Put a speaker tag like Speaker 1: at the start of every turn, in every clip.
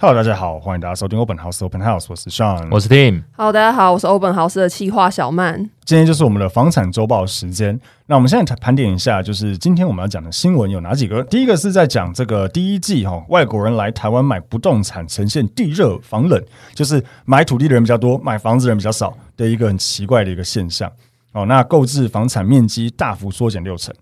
Speaker 1: Hello，大家好，欢迎大家收听欧本豪斯 Open House，我是 Sean，
Speaker 2: 我是 Tim，
Speaker 3: 好，大家好，我是欧本豪斯的企划小曼。
Speaker 1: 今天就是我们的房产周报时间。那我们现在盘点一下，就是今天我们要讲的新闻有哪几个？第一个是在讲这个第一季哈、哦，外国人来台湾买不动产呈现地热房冷，就是买土地的人比较多，买房子的人比较少的一个很奇怪的一个现象。哦，那购置房产面积大幅缩减六成。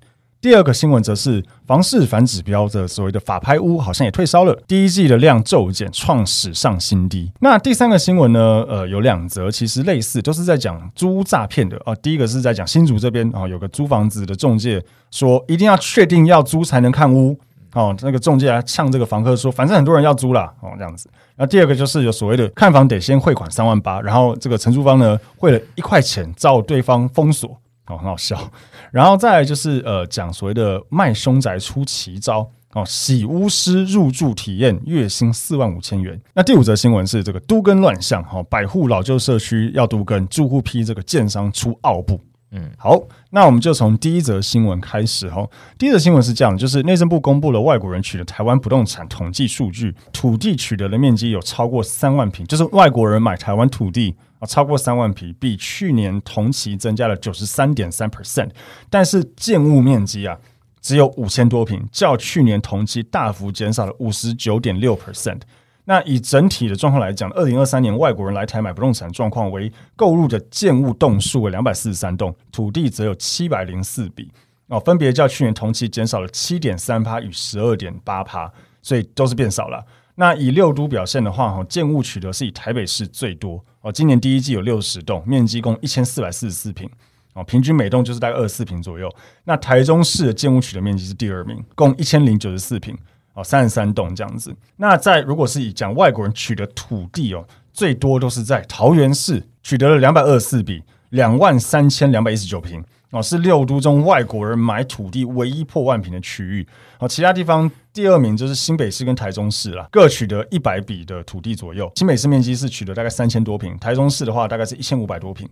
Speaker 1: 第二个新闻则是房市反指标的所谓的法拍屋好像也退烧了，第一季的量骤减，创史上新低。那第三个新闻呢？呃，有两则其实类似，都是在讲租诈骗的啊、呃第一个是在讲新竹这边啊、哦有个租房子的中介说一定要确定要租才能看屋。哦，那个中介来呛这个房客说，反正很多人要租啦，哦这样子。然后第二个就是有所谓的看房得先汇款三万八，然后这个承租方呢汇了一块钱，照对方封锁，哦很好笑。然后再来就是呃，讲所谓的卖凶宅出奇招哦，洗巫师入住体验月薪四万五千元。那第五则新闻是这个都更乱象，哦，百户老旧社区要都更，住户批这个建商出奥布。嗯，好，那我们就从第一则新闻开始哦。第一则新闻是这样，就是内政部公布了外国人取得台湾不动产统计数据，土地取得的面积有超过三万平，就是外国人买台湾土地啊超过三万平，比去年同期增加了九十三点三 percent，但是建物面积啊只有五千多平，较去年同期大幅减少了五十九点六 percent。那以整体的状况来讲，二零二三年外国人来台买不动产状况为购入的建物栋数为两百四十三栋，土地则有七百零四笔哦，分别较去年同期减少了七点三趴与十二点八趴，所以都是变少了。那以六都表现的话，哈，建物取得是以台北市最多哦，今年第一季有六十栋，面积共一千四百四十四平。哦，平均每栋就是大概二十四平左右。那台中市的建物取得面积是第二名，共一千零九十四平，哦，三十三栋这样子。那在如果是以讲外国人取得土地哦，最多都是在桃园市取得了两百二十四笔，两万三千两百一十九平，哦，是六都中外国人买土地唯一破万平的区域。哦，其他地方第二名就是新北市跟台中市啦，各取得一百笔的土地左右。新北市面积是取得大概三千多平，台中市的话大概是一千五百多平。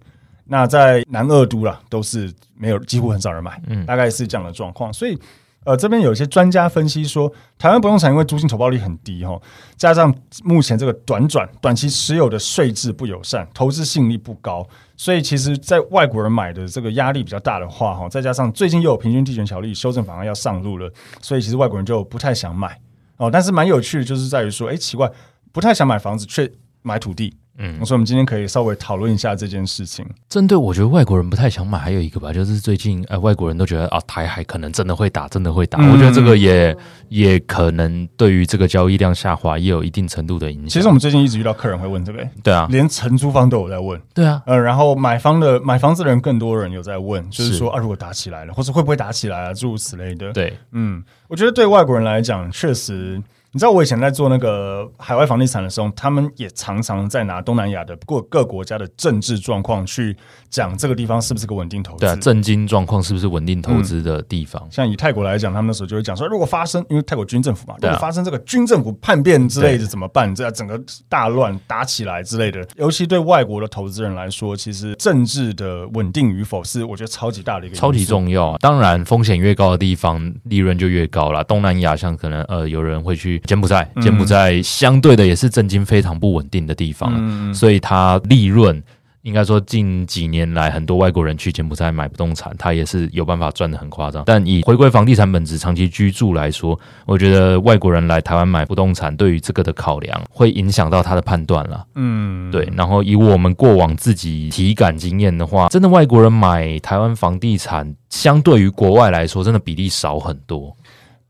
Speaker 1: 那在南二都啦，都是没有几乎很少人买，大概是这样的状况。所以，呃，这边有一些专家分析说，台湾不动产因为租金投报率很低哈，加上目前这个短转短期持有的税制不友善，投资吸引力不高，所以其实在外国人买的这个压力比较大的话哈，再加上最近又有平均地权条例修正法案要上路了，所以其实外国人就不太想买哦。但是蛮有趣的就是在于说，哎、奇怪，不太想买房子却买土地。嗯，所以我们今天可以稍微讨论一下这件事情。
Speaker 2: 针对我觉得外国人不太想买，还有一个吧，就是最近呃外国人都觉得啊台海可能真的会打，真的会打，我觉得这个也也可能对于这个交易量下滑也有一定程度的影响。
Speaker 1: 其实我们最近一直遇到客人会问这个、哎
Speaker 2: 对啊，
Speaker 1: 连承租方都有在问，
Speaker 2: 对啊，
Speaker 1: 呃，然后买房的买房子的人更多人有在问，就是
Speaker 2: 是
Speaker 1: 说啊，如果打起来了，或者会不会打起来啊，诸如此类的。，
Speaker 2: 对，
Speaker 1: 嗯，我觉得对外国人来讲，确实，你知道我以前在做那个海外房地产的时候，他们也常常在拿东南亚的各各国家的政治状况去讲这个地方是不是个稳定投资。
Speaker 2: 对啊，震惊状况是不是稳定投资的地方？
Speaker 1: 像以泰国来讲，他们那时候就会讲说，如果发生，因为泰国军政府嘛，如
Speaker 2: 对啊
Speaker 1: 果发生这个军政府叛变之类的
Speaker 2: 对
Speaker 1: 怎么办？这样整个大乱打起来之类的，尤其对外国的投资人来说，其实政治的稳定与否是我觉得超级大的一个因素
Speaker 2: 超级。重要啊，当然风险越高的地方，利润就越高啦。东南亚像可能呃，有人会去柬埔寨，
Speaker 1: 嗯
Speaker 2: 柬埔寨相对的也是震惊非常不稳定的地
Speaker 1: 嗯
Speaker 2: 方，所以它利润应该说近几年来很多外国人去柬埔寨买不动产，它也是有办法赚的很夸张。但以回归房地产本质、长期居住来说，我觉得外国人来台湾买不动产，对于这个的考量会影响到他的判断啦。
Speaker 1: 嗯，
Speaker 2: 对，然后以我们过往自己体感经验的话，真的外国人买台湾房地产，相对于国外来说，真的比例少很多。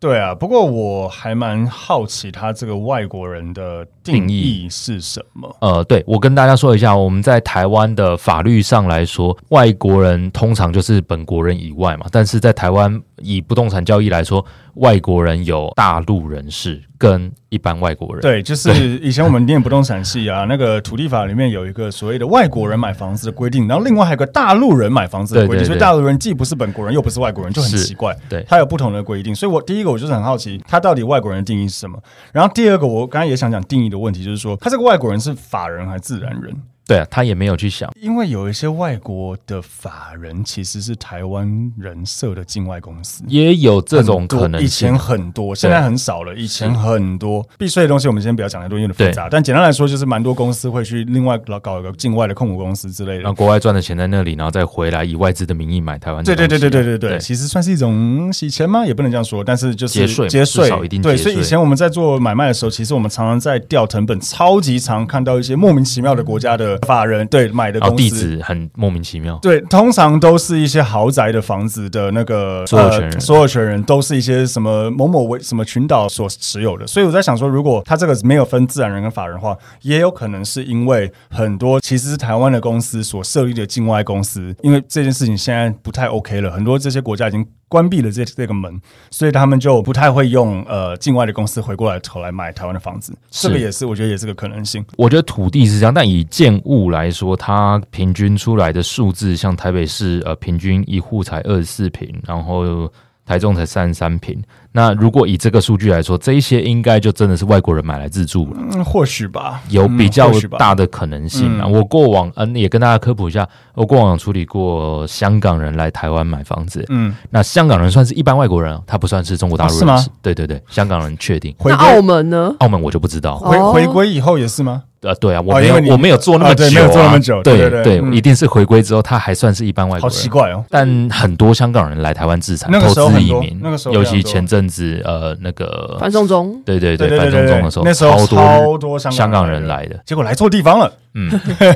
Speaker 1: 对啊。不过我还蛮好奇，他这个外国人的定
Speaker 2: 定
Speaker 1: 义
Speaker 2: 义
Speaker 1: 是什么？
Speaker 2: 呃，对我跟大家说一下，我们在台湾的法律上来说，外国人通常就是本国人以外嘛，但是在台湾以不动产交易来说，外国人有大陆人士跟一般外国人。
Speaker 1: 对，就是以前我们念不动产系 啊，那个土地法里面有一个所谓的外国人买房子的规定，然后另外还有个大陆人买房子的规定，
Speaker 2: 对对对
Speaker 1: 所以大陆人既不是本国人，又不是外国人，就很
Speaker 2: 是
Speaker 1: 奇怪。
Speaker 2: 对
Speaker 1: 它有不同的规定，所以我第一个我就是很好奇，它到底外国人的定义是什么？然后第二个，我刚才也想讲定义的问题，就是说，他这个外国人是法人还是自然人？
Speaker 2: 对啊，他也没有去想。
Speaker 1: 因为有一些外国的法人其实是台湾人设的境外公司，
Speaker 2: 也有这种
Speaker 1: 很多
Speaker 2: 可能
Speaker 1: 以
Speaker 2: 性
Speaker 1: 前。很多，现在很少了。以前很多避税的东西，我们先不要讲太多，因为有点复
Speaker 2: 对
Speaker 1: 杂。但简单来说，就是蛮多公司会去另外搞搞一个境外的控股公司之类
Speaker 2: 然后
Speaker 1: 的。
Speaker 2: 国外赚的钱在那里，然后再回来以外资的名义买台湾的
Speaker 1: 对对
Speaker 2: 东西
Speaker 1: 对对
Speaker 2: 啊。
Speaker 1: 对对对，
Speaker 2: 对
Speaker 1: 其实算是一种洗钱吗？也不能这样说，但是就是
Speaker 2: 节税嘛
Speaker 1: 节税
Speaker 2: 至少一定
Speaker 1: 对。
Speaker 2: 节
Speaker 1: 所
Speaker 2: 税
Speaker 1: 以以前我们在做买卖的时候，其实我们常常在调成本，超级常看到一些莫名其妙的国家的法人对买的
Speaker 2: 然
Speaker 1: 公
Speaker 2: 后哦地
Speaker 1: 司，
Speaker 2: 址很莫名其妙。
Speaker 1: 对，通常都是一些豪宅的房子的那个
Speaker 2: 所有权人
Speaker 1: 呃所有权人都是一些什么某某为什么群岛所持有的。所以我在想说，如果他这个没有分自然人跟法人的话，也有可能是因为很多其实是台湾的公司所设立的境外公司，因为这件事情现在不太 OK 了，很多这些国家已经。关闭了这这个门，所以他们就不太会用呃境外的公司回过来头来买台湾的房子，这个
Speaker 2: 是
Speaker 1: 也是我觉得也是个可能性。
Speaker 2: 我觉得土地是这样，但以建物来说，它平均出来的数字，像台北市呃平均一户才二十四平，然后台中才三十三平。那如果以这个数据来说，这一些应该就真的是外国人买来自住了。
Speaker 1: 嗯，或许吧，
Speaker 2: 有
Speaker 1: 嗯
Speaker 2: 比较
Speaker 1: 或许吧
Speaker 2: 大的可能性啊！
Speaker 1: 嗯
Speaker 2: 我过往嗯也跟大家科普一下，我过往有处理过香港人来台湾买房子，
Speaker 1: 嗯，
Speaker 2: 那香港人算是一般外国人哦，他不算是中国大陆人士、
Speaker 1: 啊是
Speaker 2: 对对对，香港人确定。
Speaker 1: 回
Speaker 3: 那
Speaker 1: 归
Speaker 3: 澳门呢？
Speaker 2: 澳门我就不知道，
Speaker 1: 回
Speaker 3: 哦
Speaker 1: 回归以后也是吗？
Speaker 2: 呃，对啊，我
Speaker 1: 哦
Speaker 2: 没
Speaker 1: 因
Speaker 2: 有、
Speaker 1: 为你
Speaker 2: 我没有做那么
Speaker 1: 啊
Speaker 2: 久、
Speaker 1: 对没有做那么久对
Speaker 2: 对
Speaker 1: 对对嗯
Speaker 2: 一定是回归之后，他还算是一般外
Speaker 1: 好
Speaker 2: 国
Speaker 1: 奇
Speaker 2: 人。
Speaker 1: 怪哦。
Speaker 2: 但很多香港人来台湾自产、
Speaker 1: 那个
Speaker 2: 投
Speaker 1: 时候
Speaker 2: 资
Speaker 1: 很
Speaker 2: 移
Speaker 1: 多
Speaker 2: 民，
Speaker 1: 那个时候
Speaker 2: 尤
Speaker 1: 非常
Speaker 2: 其
Speaker 1: 多
Speaker 2: 前阵子呃那个，
Speaker 3: 反送中，
Speaker 2: 对对
Speaker 1: 对对对
Speaker 2: 反送
Speaker 1: 对
Speaker 2: 中
Speaker 1: 对
Speaker 2: 的时候，
Speaker 1: 那时候
Speaker 2: 多。
Speaker 1: 超多
Speaker 2: 香港人
Speaker 1: 人，
Speaker 2: 来的，
Speaker 1: 结果来错地方了。
Speaker 2: 嗯，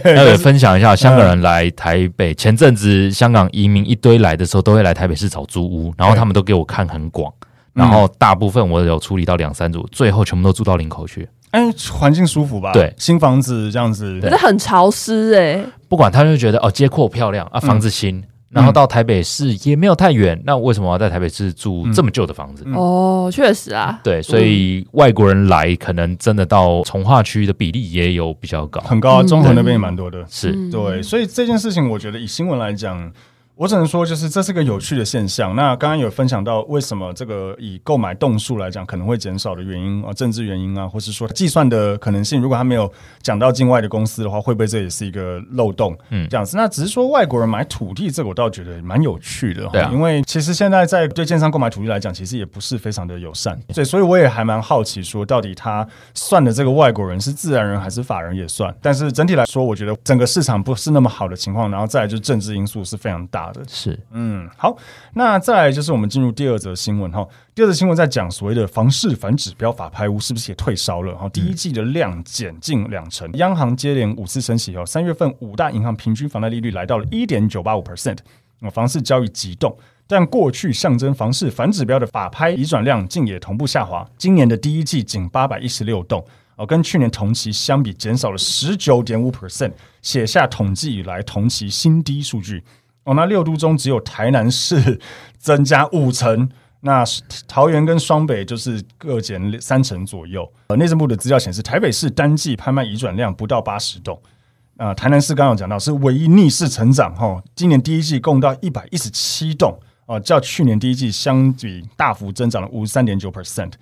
Speaker 2: 那也分享一下香港人来台
Speaker 1: 嗯
Speaker 2: 北。前阵子香港移民一堆来的时候，都会来台北市找租屋，然后他们都给我看很广，
Speaker 1: 嗯
Speaker 2: 然后大部分我有处理到两三组，最后全部都住到林口去。
Speaker 1: 哎，环境舒服吧？
Speaker 2: 对
Speaker 1: 新房子这样子
Speaker 3: 可，是很潮湿哎，
Speaker 2: 不管他就觉得哦，街阔漂
Speaker 1: 嗯
Speaker 2: 亮啊，房子新，然后到台北市也没有太远，那为什么我要在台北市住这么旧的房子？
Speaker 1: 嗯
Speaker 3: 哦，确实啊，
Speaker 2: 对，所以外国人来可能真的到从化区的比例也有比较高，
Speaker 1: 很高啊，
Speaker 3: 嗯
Speaker 1: 中和那边也蛮多的。
Speaker 2: 是、
Speaker 3: 嗯
Speaker 1: 对，所以这件事情，我觉得以新闻来讲。我只能说，就是这是个有趣的现象。那刚刚有分享到为什么这个以购买栋数来讲可能会减少的原因啊，政治原因啊，或是说计算的可能性，如果他没有讲到境外的公司的话，会不会这也是一个漏洞？
Speaker 2: 嗯
Speaker 1: 这样子。那只是说外国人买土地，这个我倒觉得蛮有趣的哈，
Speaker 2: 对啊
Speaker 1: 因为其实现在在对建商购买土地来讲，其实也不是非常的友善。对，所以我也还蛮好奇，说到底他算的这个外国人是自然人还是法人也算？但是整体来说，我觉得整个市场不是那么好的情况，然后再来就是政治因素是非常大的。
Speaker 2: 是。
Speaker 1: 嗯，好，那再来就是我们进入第二则新闻哈。第二则新闻在讲所谓的房市反指标法拍屋是不是也退烧了？哈，第一季的量减近两成，央行接连五次升息后，三月份五大银行平均房贷利率来到了一点九八五 percent，房市交易急动。但过去象征房市反指标的法拍移转量竟也同步下滑，今年的第一季仅八百一十六栋，哦，跟去年同期相比减少了十九点五 percent，写下统计以来同期新低数据。哦，那六都中只有台南市 增加五成，那桃园跟双北就是各减三成左右。呃，内政部的资料显示，台北市单季拍卖移转量不到八十栋。啊，台南市刚刚有讲到是唯一逆势成长哈，齁今年第一季共到一百一十七栋哦，较去年第一季相比大幅增长了五十三点九 percent。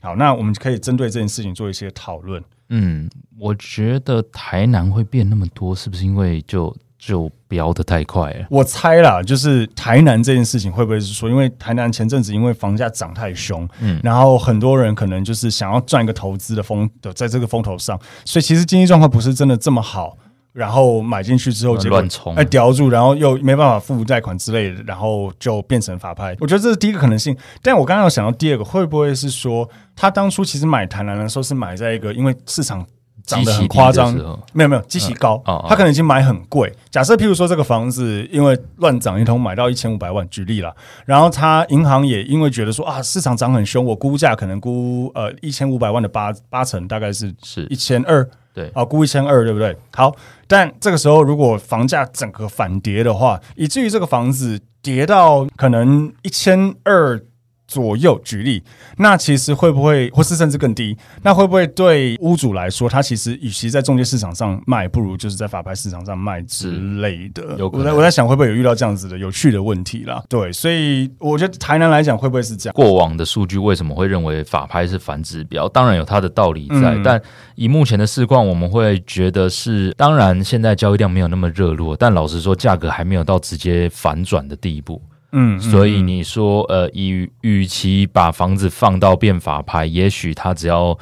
Speaker 1: 好，那我们可以针对这件事情做一些讨论。
Speaker 2: 嗯，我觉得台南会变那么多，是不是因为就就飙的太快了？
Speaker 1: 我猜啦，就是台南这件事情会不会是说，因为台南前阵子因为房价涨太凶，嗯，然后很多人可能就是想要赚一个投资的风的，在这个风头上，所以其实经济状况不是真的这么好。然后买进去之后，结果
Speaker 2: 嗯乱冲
Speaker 1: 哎叼住，然后又没办法付贷款之类的，然后就变成法拍。我觉得这是第一个可能性。但我刚刚有想到第二个，会不会是说他当初其实买台南的时候是买在一个因为市场涨得很夸张
Speaker 2: 基期低的时候，
Speaker 1: 没有没有，基期高，
Speaker 2: 哦哦
Speaker 1: 他可能已经买很贵。假设譬如说这个房子因为乱涨一通买到一千五百万，举例啦，然后他银行也因为觉得说啊市场涨很凶，我估价可能估呃一千五百万的八八成大概是
Speaker 2: 是
Speaker 1: 一千二，
Speaker 2: 对
Speaker 1: 啊，估一千二，对不对？好，但这个时候如果房价整个反跌的话，以至于这个房子跌到可能一千二左右，举例，那其实会不会，或是甚至更低？那会不会对屋主来说，他其实与其在中介市场上卖，不如就是在法拍市场上卖之类的？
Speaker 2: 有可
Speaker 1: 我在
Speaker 2: 能
Speaker 1: 我在想，会不会有遇到这样子的有趣的问题啦？对，所以我觉得台南来讲，会不会是这样？
Speaker 2: 过往的数据为什么会认为法拍是反指标？当然有它的道理在，
Speaker 1: 嗯
Speaker 2: 但以目前的市况，我们会觉得是，当然现在交易量没有那么热络，但老实说，价格还没有到直接反转的地步。
Speaker 1: 嗯，
Speaker 2: 所以你说，呃，与与其把房子放到变法拍，也许它只要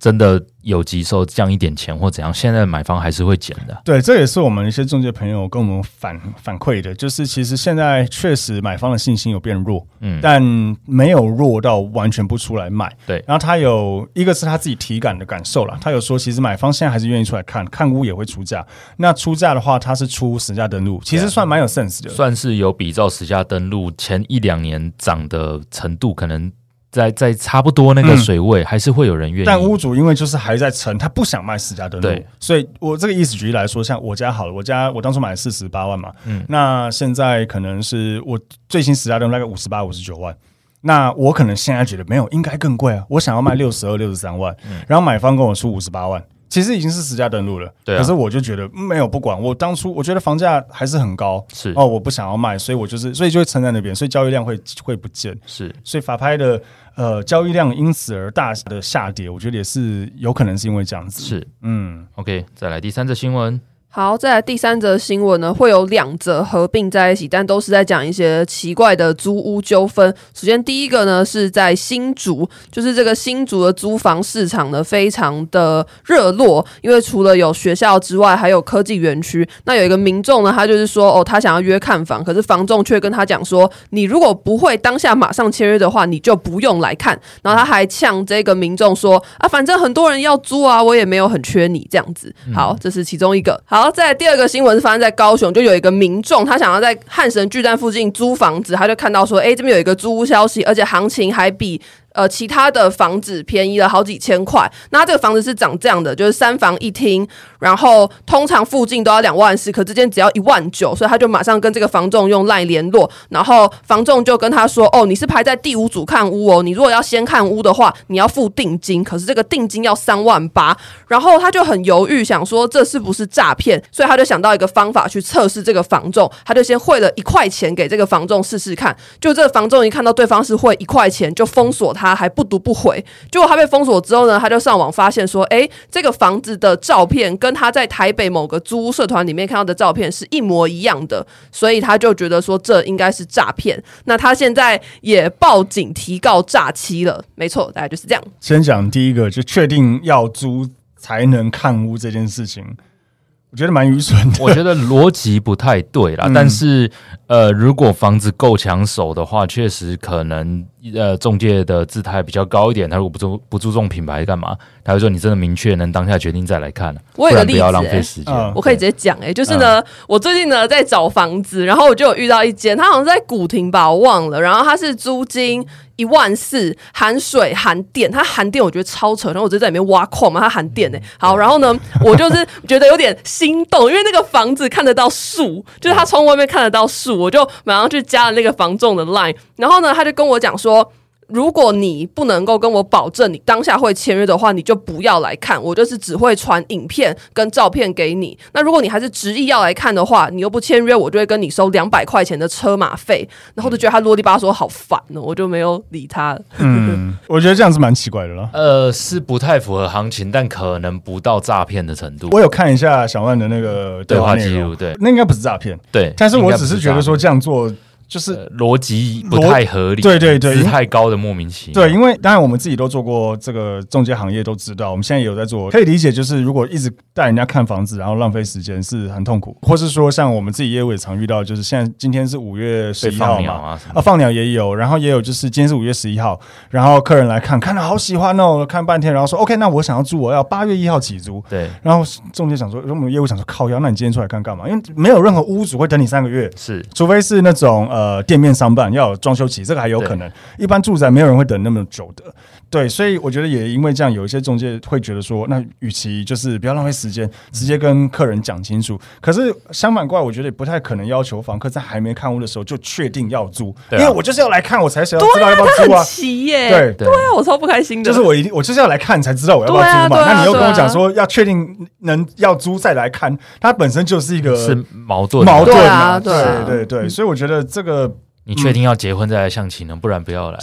Speaker 2: 真的有急售降一点钱或怎样，现在买方还是会减的。
Speaker 1: 对，这也是我们一些中介朋友跟我们反反馈的，就是其实现在确实买方的信心有变弱，
Speaker 2: 嗯，
Speaker 1: 但没有弱到完全不出来买。
Speaker 2: 对
Speaker 1: 然后他有一个是他自己体感的感受啦，他有说其实买方现在还是愿意出来看，看屋也会出价。那出价的话，他是出实价登录，其
Speaker 2: 啊
Speaker 1: 实算蛮有 sense 的。
Speaker 2: 算是有比照时下登录前一两年涨的程度，可能在在差不多那个水位，还是会有人愿意。
Speaker 1: 嗯但屋主因为就是还在撑，他不想卖私家登录
Speaker 2: 对，
Speaker 1: 所以我这个意思举例来说，像我家好了，我家我当初买四十八万嘛，
Speaker 2: 嗯
Speaker 1: 那现在可能是我最新私家登录大概五十八、五十九万。那我可能现在觉得没有，应该更贵啊！我想要卖六十二、六十三万，
Speaker 2: 嗯
Speaker 1: 然后买方跟我出五十八万，其实已经是实价登录了。
Speaker 2: 对啊
Speaker 1: 可是我就觉得嗯没有不管，我当初我觉得房价还是很高，
Speaker 2: 是
Speaker 1: 哦，我不想要卖，所以我就是所以就会撑在那边，所以交易量会会不见。
Speaker 2: 是
Speaker 1: 所以法拍的呃交易量因此而大的下跌，我觉得也是有可能是因为这样子。
Speaker 2: 是
Speaker 1: 嗯，
Speaker 2: ，OK，再来第三则新闻，
Speaker 3: 好，再来第三则新闻呢，会有两则合并在一起，但都是在讲一些奇怪的租屋纠纷。首先，第一个呢是在新竹，就是这个新竹的租房市场呢非常的热络，因为除了有学校之外，还有科技园区。那有一个民众呢，他就是说，哦，他想要约看房，可是房仲却跟他讲说，你如果不会当下马上签约的话，你就不用来看。然后他还呛这个民众说，啊，反正很多人要租啊，我也没有很缺你这样子。好，这是其中一个。好，再来第二个新闻是发生在高雄，就有一个民众他想要在汉神巨蛋附近租房子，他就看到说，哎，这边有一个租屋消息，而且行情还比呃其他的房子便宜了好几千块。那它这个房子是长这样的，就是三房一厅，然后通常附近都要两万四，可这间只要一万九，所以他就马上跟这个房仲用赖联络，然后房仲就跟他说：“哦，你是排在第五组看屋哦，你如果要先看屋的话，你要付定金，可是这个定金要三万八。”然后他就很犹豫，想说这是不是诈骗，所以他就想到一个方法去测试这个房仲，他就先汇了一块钱给这个房仲试试看。就这个房仲一看到对方是汇一块钱，就封锁他，还不读不回。结果他被封锁之后呢，他就上网发现说，诶，这个房子的照片跟他在台北某个租屋社团里面看到的照片是一模一样的，所以他就觉得说这应该是诈骗。那他现在也报警提告诈欺了，没错，大概就是这样。
Speaker 1: 先讲第一个，就确定要租才能看屋这件事情，我觉得蛮愚蠢的。
Speaker 2: 我觉得逻辑不太对啦，
Speaker 1: 嗯
Speaker 2: 但是呃，如果房子够抢手的话，确实可能呃，中介的姿态比较高一点，他如果不注不注重品牌干嘛，他会说你真的明确能当下决定再来看，
Speaker 3: 我有
Speaker 2: 不然
Speaker 3: 个
Speaker 2: 不
Speaker 3: 例子、
Speaker 2: 要浪费
Speaker 3: 诶
Speaker 2: 时间。
Speaker 1: 嗯
Speaker 3: 我可以直接讲哎、就是呢，我最近呢在找房子，然后我就有遇到一间，它好像在古亭吧，我忘了。然后它是租金一万四，含水含电，它含电我觉得超扯。然后我就在里面挖矿嘛，它含电哎、好，然后呢， 我就是觉得有点心动，因为那个房子看得到树，就是它从外面看得到树，我就马上去加了那个房仲的 line，然后呢，他就跟我讲说。如果你不能够跟我保证你当下会签约的话，你就不要来看，我就是只会传影片跟照片给你。那如果你还是执意要来看的话，你又不签约，我就会跟你收两百块钱的车马费。然后我就觉得他啰里吧嗦好烦哦，我就没有理他了。
Speaker 1: 嗯， 我觉得这样是蛮奇怪的了。
Speaker 2: 呃，是不太符合行情，但可能不到诈骗的程度。
Speaker 1: 我有看一下小万的那个
Speaker 2: 对话
Speaker 1: 话
Speaker 2: 记
Speaker 1: 内容
Speaker 2: 录，，对
Speaker 1: 那应该不是诈骗，
Speaker 2: 对，
Speaker 1: 但是
Speaker 2: 应
Speaker 1: 我
Speaker 2: 该
Speaker 1: 只
Speaker 2: 不
Speaker 1: 是觉得
Speaker 2: 诈
Speaker 1: 说这样做就是
Speaker 2: 骗呃逻辑不太合理，
Speaker 1: 逻对对对
Speaker 2: 姿态高的莫名其妙。
Speaker 1: 对，因为当然我们自己都做过这个中介行业，都知道，我们现在也有在做，可以理解，就是如果一直带人家看房子，然后浪费时间是很痛苦，或是说像我们自己业务也常遇到，就是现在今天是五月十
Speaker 2: 被
Speaker 1: 一
Speaker 2: 放
Speaker 1: 号
Speaker 2: 鸟
Speaker 1: 嘛。
Speaker 2: 啊什么
Speaker 1: 啊，放鸟也有，然后也有就是今天是五月十一号，然后客人来看，看了好喜欢哦，看半天，然后说 OK，那我想要住，我要八月一号起租，
Speaker 2: 对，
Speaker 1: 然后中介想说，我们业务想说靠腰，那你今天出来看干嘛？因为没有任何屋主会等你三个月，
Speaker 2: 是
Speaker 1: 除非是那种呃店面商办，要有装修期，这个还有可能。一般住宅没有人会等那么久的，对，所以我觉得也因为这样，有一些中介会觉得说，那与其就是不要浪费时间，直接跟客人讲清
Speaker 3: 嗯
Speaker 1: 楚。可是相反过来，我觉得也不太可能要求房客在还没看屋的时候就确定要租，因
Speaker 2: 对啊
Speaker 1: 为我就是要来看，我才想要知
Speaker 3: 对
Speaker 1: 道
Speaker 3: 啊，
Speaker 1: 要不要
Speaker 3: 他
Speaker 1: 租啊
Speaker 3: 很。奇耶、
Speaker 1: 对
Speaker 2: 对
Speaker 3: 对啊，我超不开心的。
Speaker 1: 就是我一定，我就是要来看才知道我要不要租嘛。
Speaker 3: 对啊对啊
Speaker 1: 那你又跟我
Speaker 3: 对啊
Speaker 1: 讲说要确定能要租再来看，它本身就是一个
Speaker 2: 是矛盾的
Speaker 1: 矛盾嘛。
Speaker 3: 对啊
Speaker 1: 对对对，所以我觉得这个
Speaker 2: 你
Speaker 1: 嗯
Speaker 2: 确定要结婚再来相亲呢？不然不要来。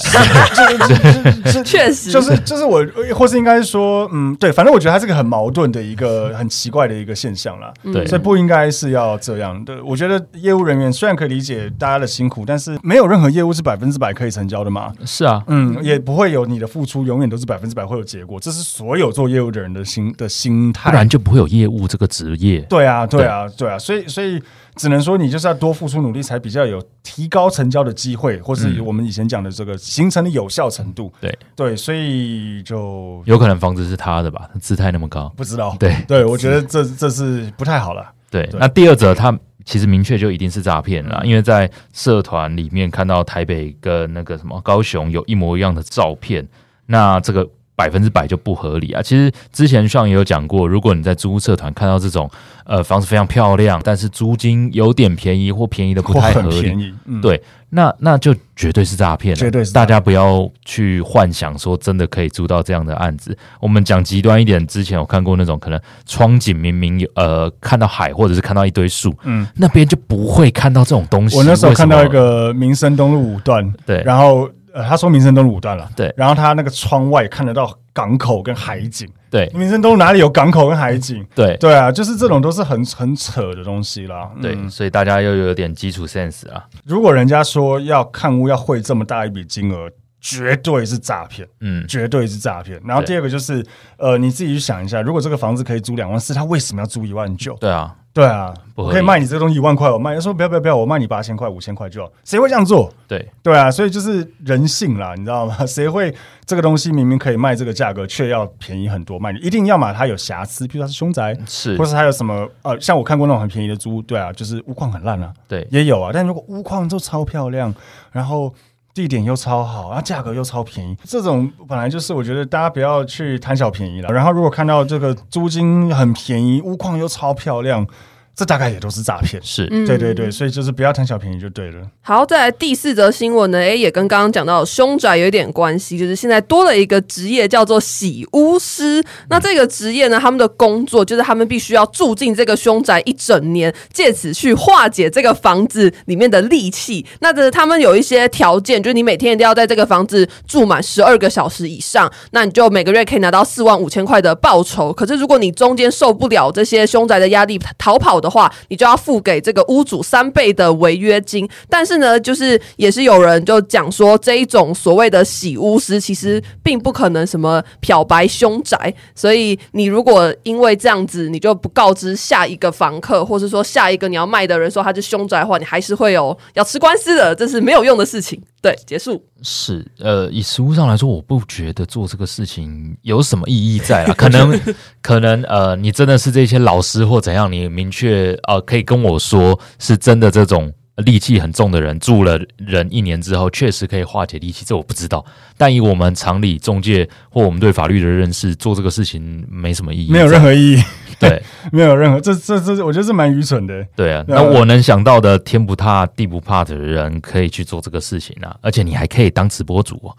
Speaker 1: 是
Speaker 3: 确实
Speaker 1: 就是就是我，或是应该说，嗯，对，反正我觉得它是个很矛盾的一个很奇怪的一个现象啦。
Speaker 2: 对
Speaker 1: 所以不应该是要这样的。我觉得业务人员虽然可以理解大家的辛苦，但是没有任何业务是百分之百可以成交的嘛。
Speaker 2: 是啊，
Speaker 1: 嗯，也不会有你的付出永远都是百分之百会有结果，这是所有做业务的人的心的心态。
Speaker 2: 不然就不会有业务这个职业。
Speaker 1: 对啊，对啊，对啊，所以所以只能说你就是要多付出努力，才比较有提高成交的机会，或是我们以前讲的这个形成的有效程度。
Speaker 2: 嗯对
Speaker 1: 对，所以就
Speaker 2: 有可能房子是他的吧？他姿态那么高。
Speaker 1: 不知道。
Speaker 2: 对
Speaker 1: 对，我觉得这这是不太好了。
Speaker 2: 对，
Speaker 1: 对
Speaker 2: 那第二则他其实明确就一定是诈骗啦，因为在社团里面看到台北跟那个什么高雄有一模一样的照片，那这个。百分之百就不合理啊！其实之前上也有讲过，如果你在租屋社团看到这种呃房子非常漂亮，但是租金有点便宜或便宜的不
Speaker 1: 或
Speaker 2: 太
Speaker 1: 很
Speaker 2: 合理
Speaker 1: 便，宜，嗯，
Speaker 2: 对，那那就绝对是诈骗了，
Speaker 1: 绝对是诈
Speaker 2: 大
Speaker 1: 骗
Speaker 2: 家不要去幻想说真的可以租到这样的案子。我们讲极端一点，之前有看过那种可能窗景明明有呃看到海或者是看到一堆树，
Speaker 1: 嗯
Speaker 2: 嗯，那边就不会看到这种东西。
Speaker 1: 我那时候
Speaker 2: 为什
Speaker 1: 看
Speaker 2: 么
Speaker 1: 到一个民生东路五段，
Speaker 2: 对
Speaker 1: 然后呃，他说民生东路五段了，
Speaker 2: 对
Speaker 1: 然后他那个窗外看得到港口跟海景，
Speaker 2: 对
Speaker 1: 民生东路哪里有港口跟海景？
Speaker 2: 对
Speaker 1: 对啊，就是这种都是很很扯的东西啦。嗯
Speaker 2: 对，所以大家又有点基础 sense 啊，
Speaker 1: 如果人家说要看屋要汇这么大一笔金额，绝对是诈骗，
Speaker 2: 嗯，
Speaker 1: 绝对是诈骗。然后
Speaker 2: 对
Speaker 1: 第二个就是，呃，你自己去想一下，如果这个房子可以租两万四，他为什么要租一万九？
Speaker 2: 对啊，
Speaker 1: 对啊，
Speaker 2: 不合
Speaker 1: 我
Speaker 2: 理
Speaker 1: 可以卖你这个东西一万块，我卖，他说不要不要不要，我卖你八千块、五千块就好，谁会这样做？
Speaker 2: 对
Speaker 1: 对啊，所以就是人性啦，你知道吗？ 谁会这个东西明明可以卖这个价格，却要便宜很多卖你？一定要么它有瑕疵，譬如它是凶宅，
Speaker 2: 是
Speaker 1: 或，是它有什么呃，像我看过那种很便宜的租屋，对啊，就是屋况很烂啊，
Speaker 2: 对
Speaker 1: 也有啊。但如果屋况都超漂亮，然后地点又超好，然后价格又超便宜，这种本来就是我觉得大家不要去贪小便宜了。然后如果看到这个租金很便宜，屋况又超漂亮，这大概也都是诈骗。
Speaker 2: 是，
Speaker 3: 嗯
Speaker 1: 对对对，所以就是不要贪小便宜就对了。
Speaker 3: 好，再来第四则新闻呢，诶，也跟刚刚讲到的凶宅有一点关系，就是现在多了一个职业叫做洗屋师。那这个职业呢，他们的工作就是他们必须要住进这个凶宅一整年，借此去化解这个房子里面的戾气。那这他们有一些条件，就是你每天一定要在这个房子住满十二个小时以上，那你就每个月可以拿到四万五千块的报酬。可是如果你中间受不了这些凶宅的压力逃跑的话，你就要付给这个屋主三倍的违约金。但是呢，就是也是有人就讲说，这一种所谓的洗屋师其实并不可能什么漂白凶宅，所以你如果因为这样子，你就不告知下一个房客，或是说下一个你要卖的人说他是凶宅的话，你还是会有要吃官司的，这是没有用的事情。对，结束。
Speaker 2: 是，呃，以实物上来说，我不觉得做这个事情有什么意义在啊。可 能，可能，呃，你真的是这些老师或怎样，你明确呃可以跟我说，是真的这种戾气很重的人住了人一年之后，确实可以化解戾气，这我不知道。但以我们常理中介或我们对法律的认识，做这个事情没什么意义在，
Speaker 1: 没有任何意义，
Speaker 2: 对
Speaker 1: 没有任何，这这这，我觉得是蛮愚蠢的。
Speaker 2: 对 啊。
Speaker 1: 对
Speaker 2: 那我能想到的天不怕地不怕的人，可以去做这个事情啊，而且你还可以当直播主、哦。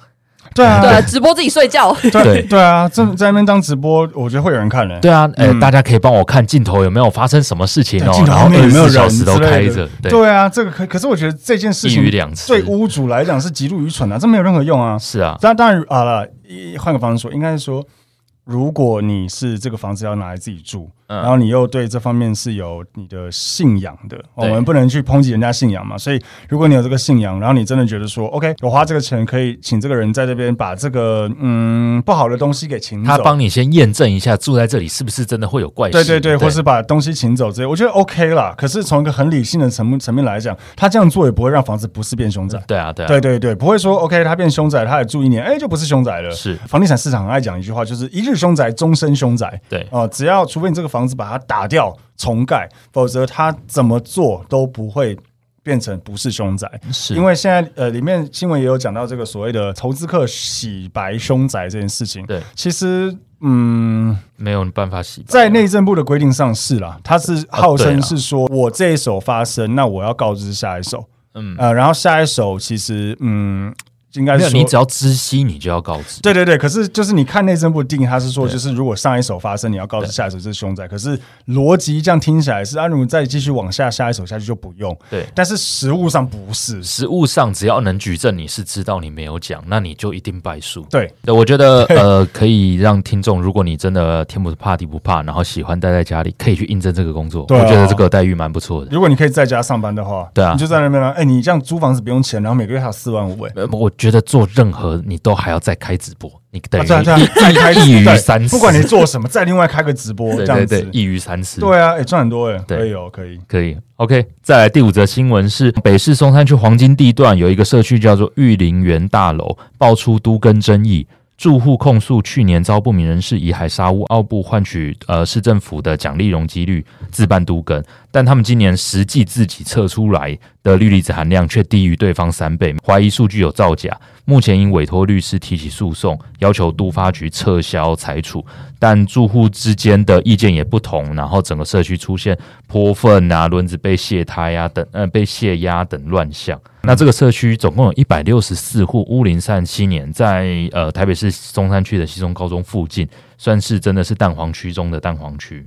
Speaker 1: 对啊，
Speaker 3: 对，直播自己睡觉。
Speaker 1: 对
Speaker 2: 对
Speaker 1: 对啊，这在那边当直播，我觉得会有人看的、
Speaker 2: 对啊，呃，
Speaker 1: 嗯
Speaker 2: 大家可以帮我看镜头有没有发生什么事情哦，
Speaker 1: 镜头
Speaker 2: 然
Speaker 1: 后
Speaker 2: 后
Speaker 1: 面
Speaker 2: 二
Speaker 1: 有
Speaker 2: 十
Speaker 1: 没有
Speaker 2: 四
Speaker 1: 人
Speaker 2: 小时都
Speaker 1: 之类
Speaker 2: 开
Speaker 1: 的
Speaker 2: 着，对，
Speaker 1: 对啊，这个可可是我觉得这件事
Speaker 2: 一
Speaker 1: 情
Speaker 2: 鱼两吃
Speaker 1: 对，屋主来讲是极度愚蠢的、这没有任何用啊。
Speaker 2: 是啊，
Speaker 1: 当当然啊了，一换个方式说，应该是说，如果你是这个房子要拿来自己住，
Speaker 2: 嗯
Speaker 1: 然后你又对这方面是有你的信仰的，哦我
Speaker 2: 对
Speaker 1: 们不能去抨击人家信仰嘛。所以，如果你有这个信仰，然后你真的觉得说，OK，我花这个钱可以请这个人在这边把这个嗯不好的东西给请走，
Speaker 2: 他帮你先验证一下住在这里是不是真的会有怪事，
Speaker 1: 对对对，或是把东西请走之类，我觉得 OK 啦。可是从一个很理性的层面层面来讲，他这样做也不会让房子不是变凶宅。
Speaker 2: 对啊对啊，
Speaker 1: 对对对，不会说 OK，他变凶宅，他也住一年，哎，就不是凶宅了。
Speaker 2: 是
Speaker 1: 房地产市场很爱讲一句话，就是一日凶宅，终身凶宅。
Speaker 2: 对
Speaker 1: 哦、只要除非你这个房子把它打掉重盖，否则它怎么做都不会变成不是凶宅，
Speaker 2: 是
Speaker 1: 因为现在呃里面新闻也有讲到这个所谓的投资客洗白凶宅这件事情。
Speaker 2: 对，
Speaker 1: 其实嗯，
Speaker 2: 没有办法洗白
Speaker 1: 在内政部的规定上是
Speaker 2: 哦
Speaker 1: 啦，他是号
Speaker 2: 对
Speaker 1: 称
Speaker 2: 啦
Speaker 1: 是说我这一手发生，那我要告知下一手，
Speaker 2: 嗯，
Speaker 1: 呃，然后下一手其实嗯应该
Speaker 2: 没
Speaker 1: 是
Speaker 2: 有，
Speaker 1: 说
Speaker 2: 你只要知悉你就要告知。
Speaker 1: 对对对，可是就是你看内政部定义，他是说
Speaker 2: 对
Speaker 1: 就是如果上一手发生，你要告知下一手这是凶宅。可是逻辑这样听起来是，啊，如果再继续往下，下一手下去就不用。
Speaker 2: 对
Speaker 1: 但是实物上不是，
Speaker 2: 实物上只要能举证你是知道你没有讲，那你就一定败诉。
Speaker 1: 对，
Speaker 2: 对，我觉得呃，可以让听众，如果你真的天不怕地不怕，然后喜欢待在家里，可以去应征这个工作。
Speaker 1: 对啊
Speaker 2: 我觉得这个待遇蛮不错的。
Speaker 1: 如果你可以在家上班的话，
Speaker 2: 对啊
Speaker 1: 你就在那边了。哎、你这样租房子不用钱，然后每个月还有四万五，哎，
Speaker 2: 呃我觉得做任何你都还要再开直播，你等
Speaker 1: 啊
Speaker 2: 于
Speaker 1: 对啊对啊，再开
Speaker 2: 一鱼
Speaker 1: 对
Speaker 2: 三吃
Speaker 1: 不管你做什么，再另外开个直播
Speaker 2: 对
Speaker 1: 这样
Speaker 2: 对
Speaker 1: 子，
Speaker 2: 对，一鱼三吃。
Speaker 1: 对啊，哎、赚很多哎、
Speaker 2: 嗯对
Speaker 1: 可以哦，可以。
Speaker 2: 可以，OK。再来第五则新闻是北市松山区黄金地段有一个社区叫做玉林园大楼，爆出都更争议，住户控诉去年遭不明人士以海沙屋奥布换取呃市政府的奖励容积率自办都更，但他们今年实际自己测出来的氯离子含量却低于对方三倍，怀疑数据有造假。目前已委托律师提起诉讼，要求都发局撤销裁处，但住户之间的意见也不同，然后整个社区出现泼粪啊、轮子被卸胎啊等，呃，被卸压等乱象。那这个社区总共有一百六十四户，乌林善七年在呃台北市中山区的西中高中附近，算是真的是蛋黄区中的蛋黄区。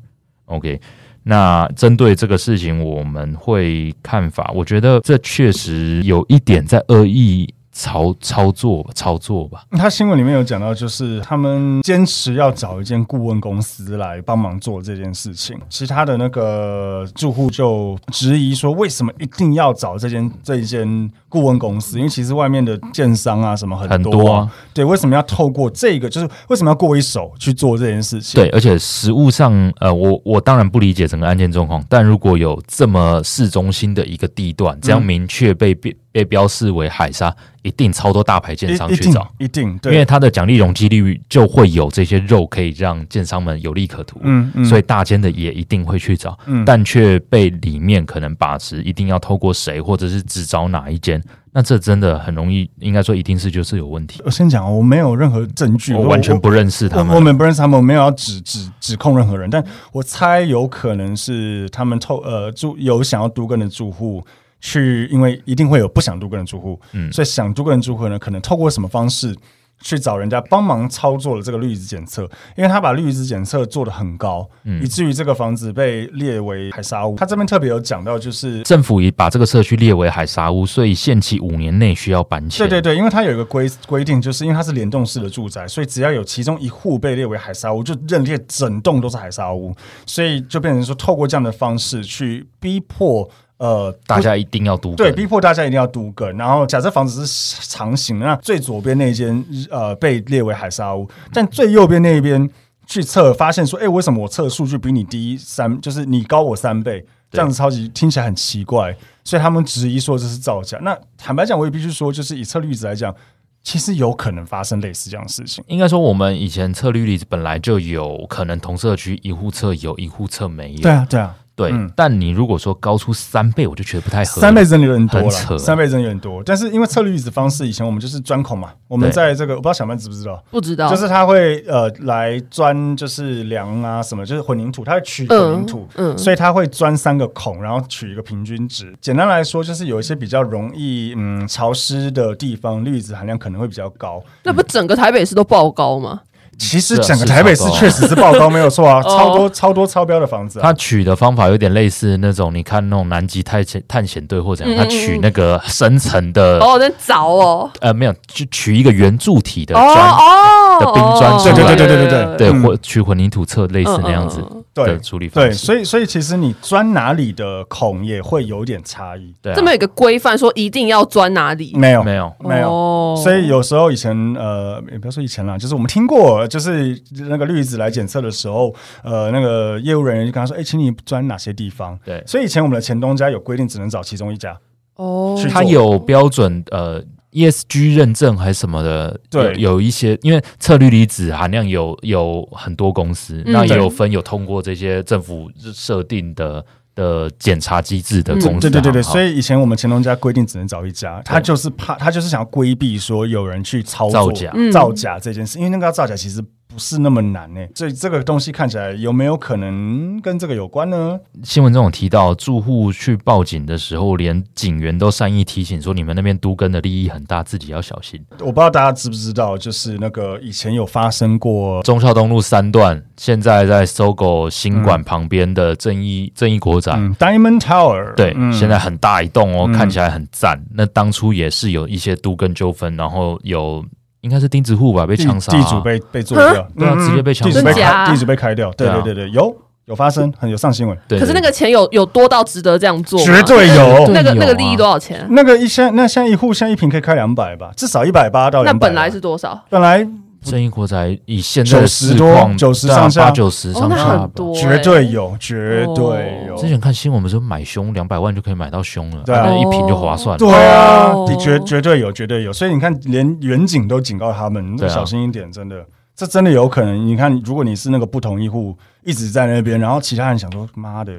Speaker 2: OK，那针对这个事情，我们会看法。我觉得这确实有一点在恶意操操作操作吧。
Speaker 1: 他新闻里面有讲到，就是他们坚持要找一间顾问公司来帮忙做这件事情。其他的那个住户就质疑说，为什么一定要找这间这一间顾问公司？因为其实外面的建商啊什么很
Speaker 2: 很多
Speaker 1: 多
Speaker 2: 啊
Speaker 1: 对，为什么要透过这个？就是为什么要过一手去做这件事情？
Speaker 2: 对，，而且实物上，呃，我我当然不理解整个案件状况，但如果有这么市中心的一个地段，
Speaker 1: 嗯
Speaker 2: 这样明确被被被标示为海沙，一定超多大牌建商
Speaker 1: 一一
Speaker 2: 去
Speaker 1: 定
Speaker 2: 找，
Speaker 1: 一定
Speaker 2: 因为
Speaker 1: 对，
Speaker 2: 它的奖励容积率就会有这些肉可以让建商们有利可图，
Speaker 1: 嗯嗯
Speaker 2: 所以大间的也一定会去找，
Speaker 1: 嗯
Speaker 2: 但却被里面可能把持，一定要透过谁，或者是只找哪一间，那这真的很容易，应该说一定是就是有问题，
Speaker 1: 我先讲哦，我没有任何证据，
Speaker 2: 我完全不认识他
Speaker 1: 我
Speaker 2: 们
Speaker 1: 我。们不认识他们，我没有要指指指控任何人，但我猜有可能是他们透呃住有想要都更的住户去，因为一定会有不想都更的住户，
Speaker 2: 嗯
Speaker 1: 所以想都更的住户呢，可能透过什么方式去找人家帮忙操作了这个氯离子检测，因为他把氯离子检测做的很高，
Speaker 2: 嗯
Speaker 1: 以至于这个房子被列为海沙屋。他这边特别有讲到，就是
Speaker 2: 政府已把这个社区列为海沙屋，所以限期五年内需要搬迁。
Speaker 1: 对对对，因为它有一个规规定，就是因为它是联动式的住宅，所以只要有其中一户被列为海沙屋，就认列整栋都是海沙屋，所以就变成说透过这样的方式去逼迫呃
Speaker 2: 大。家一定要读。
Speaker 1: 对，逼迫大家一定要都更。然后，假设房子是长形的，那最左边那间呃被列为海沙屋，但最右边那一边去测，发现说，哎，为什么我测数据比你低三，就是你高我三倍，这样子超级听起来很奇怪，所以他们质疑说这是造假。那坦白讲，我也必须说，就是以策略值来讲，其实有可能发生类似这样的事情。
Speaker 2: 应该说我们以前测率里本来就有可能同社区一户测有，一户测没有。
Speaker 1: 对啊，对啊，
Speaker 2: 对
Speaker 1: 嗯
Speaker 2: 但你如果说高出三倍，我就觉得不太合理。
Speaker 1: 三倍真的有点多
Speaker 2: 很扯
Speaker 1: 了，三倍真的有点多。但是因为策略值方式，以前我们就是钻孔嘛，我们
Speaker 2: 对
Speaker 1: 在这个我不知道小曼知不知道。
Speaker 3: 不知道，
Speaker 1: 就是他会呃来钻，就是梁啊什么，就是混凝土，他会取混凝土，
Speaker 3: 嗯嗯
Speaker 1: 所以他会钻三个孔，然后取一个平均值。简单来说，就是有一些比较容易嗯潮湿的地方，氯离子含量可能会比较高。
Speaker 3: 那不整个台北市都爆高吗？
Speaker 1: 其实
Speaker 2: 是啊
Speaker 1: 整个
Speaker 2: 是
Speaker 1: 台北
Speaker 2: 超
Speaker 1: 市
Speaker 2: 高啊
Speaker 1: 确实是爆高，没有错 啊，
Speaker 3: 哦
Speaker 1: 超多超多超标的房子、啊。
Speaker 2: 他取的方法有点类似那种，你看那种南极探险探险队或怎样，
Speaker 3: 嗯
Speaker 2: 他取那个深层的、
Speaker 3: 哦，在凿哦，
Speaker 2: 呃没有，就取一个圆柱体的
Speaker 3: 哦
Speaker 2: 砖，
Speaker 3: 哦，
Speaker 2: 的冰砖
Speaker 3: 哦
Speaker 2: 对对啊对
Speaker 1: 对对对对
Speaker 2: 对，
Speaker 1: 嗯
Speaker 2: 或取混凝土测类似那样子
Speaker 3: 嗯嗯嗯
Speaker 2: 的
Speaker 1: 对
Speaker 2: 处理方
Speaker 1: 对，
Speaker 2: 式。
Speaker 1: 所以所以其实你钻哪里的孔也会有点差异。
Speaker 2: 对啊
Speaker 3: 这么有一个规范说一定要钻哪里，
Speaker 1: 没有
Speaker 2: 没有，
Speaker 1: 没有
Speaker 3: 有
Speaker 1: 所以有时候以前呃，也不要说以前啦，就是我们听过，就是那个绿子来检测的时候，呃，那个业务人员就跟他说：“哎、请你钻哪些地方？”
Speaker 2: 对
Speaker 1: 所以以前我们的前东家有规定，只能找其中一家。
Speaker 3: 哦，
Speaker 1: 去
Speaker 2: 它
Speaker 1: 做
Speaker 2: 有标准呃 ESG 认证还是什么的，
Speaker 1: 对
Speaker 2: 有有一些，因为测氯离子含量有有很多公司，
Speaker 3: 嗯
Speaker 2: 那也有分有通过这些政府设定的。的检查机制的公
Speaker 3: 嗯
Speaker 2: 司行号、啊
Speaker 1: 对对对对，所以以前我们乾隆家规定只能找一家，他就是怕他就是想要规避说有人去操作
Speaker 2: 造假
Speaker 3: 嗯
Speaker 1: 造假这件事，因为那个要造假其实不是那么难呢、所以这个东西看起来有没有可能跟这个有关呢？
Speaker 2: 新闻中有提到，住户去报警的时候，连警员都善意提醒说，你们那边都跟的利益很大，自己要小心。
Speaker 1: 我不知道大家知不知道，就是那个以前有发生过，
Speaker 2: 忠孝东路三段现在在搜狗新馆旁边的正义、正义国宅。
Speaker 1: 嗯，Diamond Tower，
Speaker 2: 对，
Speaker 1: 嗯
Speaker 2: 现在很大一栋哦，
Speaker 1: 嗯
Speaker 2: 看起来很赞。那当初也是有一些都跟纠纷，然后有应该是钉子户吧，被
Speaker 1: 地
Speaker 2: 枪杀、
Speaker 1: 地主被被做
Speaker 3: 啊
Speaker 1: 掉，
Speaker 2: 对啊
Speaker 1: 嗯
Speaker 2: 直接被抢
Speaker 1: 地主被
Speaker 3: 真假
Speaker 1: 开，地主被开掉，对
Speaker 2: 对啊
Speaker 1: 对对对，有有发生，很有上新闻，
Speaker 2: 对，
Speaker 3: 可是那
Speaker 2: 对
Speaker 3: 个钱有有多到值得这样做吗？
Speaker 1: 绝对
Speaker 2: 对
Speaker 1: 有。
Speaker 3: 那个
Speaker 2: 有啊
Speaker 3: 那个利益多少钱啊？
Speaker 1: 那个一现那现在一户现在一瓶可以开两百吧，至少一百八到
Speaker 3: 那
Speaker 1: 两百。啊
Speaker 3: 本来是多少？
Speaker 1: 本来
Speaker 2: 正义国宅以现在的
Speaker 1: 90
Speaker 2: 市
Speaker 1: 多
Speaker 2: 况，
Speaker 1: 90
Speaker 2: 对啊
Speaker 1: 上下
Speaker 2: 八九十
Speaker 3: 哦，
Speaker 2: 上
Speaker 3: 那
Speaker 2: 下
Speaker 3: 很
Speaker 2: 吧。
Speaker 3: 多欸，
Speaker 1: 绝对有，绝对有。
Speaker 2: 之前看新闻，我们说买凶两百万就可以买到凶了，
Speaker 1: 对啊
Speaker 2: 那一瓶就划算了。
Speaker 1: 对啊
Speaker 3: 哦，
Speaker 1: 你绝绝对有，绝对有。所以你看，连远景都警告他们，
Speaker 2: 对啊
Speaker 1: 小心一点，真的。这真的有可能，你看，如果你是那个不同意户，一直在那边，然后其他人想说，妈的，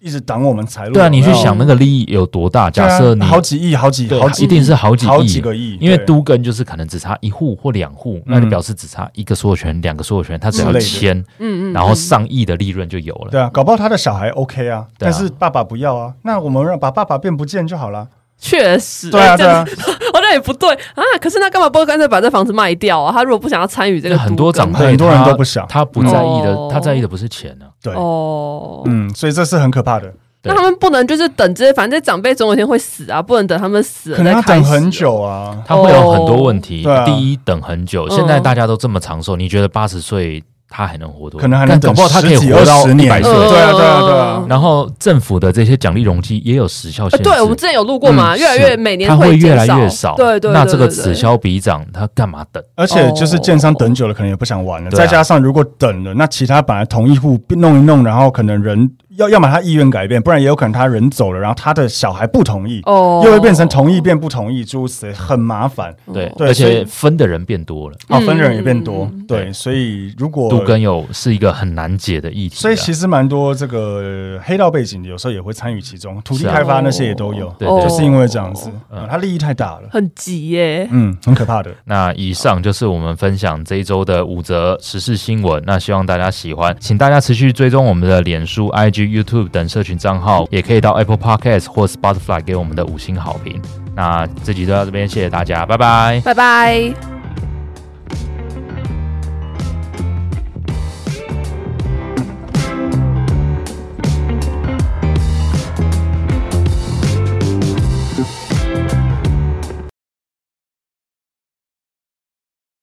Speaker 1: 一直挡我们财路。
Speaker 2: 对啊，你去
Speaker 1: 有没有
Speaker 2: 想那个利益有多大？
Speaker 1: 对啊
Speaker 2: 假设你
Speaker 1: 好几亿、好几、
Speaker 2: 对
Speaker 1: 好几亿、
Speaker 2: 一定是好几亿
Speaker 1: 好几个亿，
Speaker 2: 因为
Speaker 1: 对
Speaker 2: 都跟就是可能只差一户或两户，那
Speaker 1: 嗯
Speaker 2: 你表示只差一个所有权、两个所有权，他只
Speaker 1: 之
Speaker 2: 要
Speaker 1: 类的
Speaker 2: 签，
Speaker 3: 嗯嗯，
Speaker 2: 然后
Speaker 3: 嗯
Speaker 2: 上亿的利润就有了。
Speaker 1: 对啊，搞不好他的小孩 OK 啊，但
Speaker 2: 对啊
Speaker 1: 是爸爸不要啊，那我们让把爸爸变不见就好了。
Speaker 3: 确实，
Speaker 1: 对啊，对 啊，
Speaker 3: 好像也不对啊。可是那干嘛不干脆把这房子卖掉啊？他如果不想要参与这
Speaker 2: 这
Speaker 3: 个
Speaker 2: 很多长辈
Speaker 1: 很多人
Speaker 2: 他
Speaker 1: 都不想
Speaker 2: 他不在意
Speaker 3: 哦
Speaker 2: 的，他在意的不是钱啊呢。
Speaker 1: 对，
Speaker 3: 哦，
Speaker 1: 嗯，所以这是很可怕的，
Speaker 2: 对
Speaker 3: 那他们不能就是等这些，反正这长辈总有一天会死啊，不能等他们死了
Speaker 1: 可能要
Speaker 3: 再开始
Speaker 1: 等很。久啊。
Speaker 2: 他会有很多问题
Speaker 1: 对啊。
Speaker 2: 第一，等很久。
Speaker 3: 哦嗯
Speaker 2: 现在大家都这么长寿，你觉得八十岁他还能活多久？
Speaker 1: 可能还能
Speaker 2: 但搞
Speaker 1: 等
Speaker 2: 不好他可以
Speaker 1: 十几
Speaker 2: 活
Speaker 1: 二
Speaker 2: 到
Speaker 1: 十
Speaker 2: 一
Speaker 1: 年，
Speaker 2: 百岁
Speaker 3: 嗯。
Speaker 1: 对啊，对啊，对啊
Speaker 3: 嗯。
Speaker 2: 然后政府的这些奖励容积也有时效
Speaker 3: 呃
Speaker 2: 限制，
Speaker 3: 对，我们之前有录过嘛，
Speaker 2: 嗯
Speaker 3: 越来
Speaker 2: 是
Speaker 3: 越每年
Speaker 2: 它会越
Speaker 3: 减
Speaker 2: 来越少。
Speaker 3: 对对对，
Speaker 2: 那这个
Speaker 3: 对对
Speaker 2: 此消彼长，他干嘛等？
Speaker 1: 而且就是建商等久了，可能也不想玩了。
Speaker 2: 对啊
Speaker 1: 再加上如果等了，那其他本来同意户弄一弄，然后可能人要要么他意愿改变，不然也有可能他人走了，然后他的小孩不同意，
Speaker 3: 哦，
Speaker 1: 又会变成同意变不同意，诸如此类，很麻烦。
Speaker 2: 对，
Speaker 3: 哦
Speaker 1: 对
Speaker 2: 而
Speaker 1: 所以
Speaker 2: 且分的人变多了，
Speaker 1: 啊，
Speaker 3: 嗯
Speaker 1: 分人也变多
Speaker 3: 嗯，
Speaker 1: 对，所以如果
Speaker 2: 杜根有是一个很难解的议题啊。
Speaker 1: 所以其实蛮多这个黑道背景的，有时候也会参与其中，土地
Speaker 2: 是啊
Speaker 1: 开发那些也都有，
Speaker 2: 对对
Speaker 1: 就是因为这样子，
Speaker 2: 嗯
Speaker 1: 啊它利益太大了，
Speaker 3: 很急耶。
Speaker 1: 嗯，很可怕的。
Speaker 2: 那以上就是我们分享这一周的五则时事新闻，那希望大家喜欢，请大家持续追踪我们的脸书、IG、YouTube 等社群账号，也可以到 Apple Podcast 或 Spotify 给我们的五星好评。那这集就到这边，谢谢大家，拜拜。
Speaker 3: 拜拜。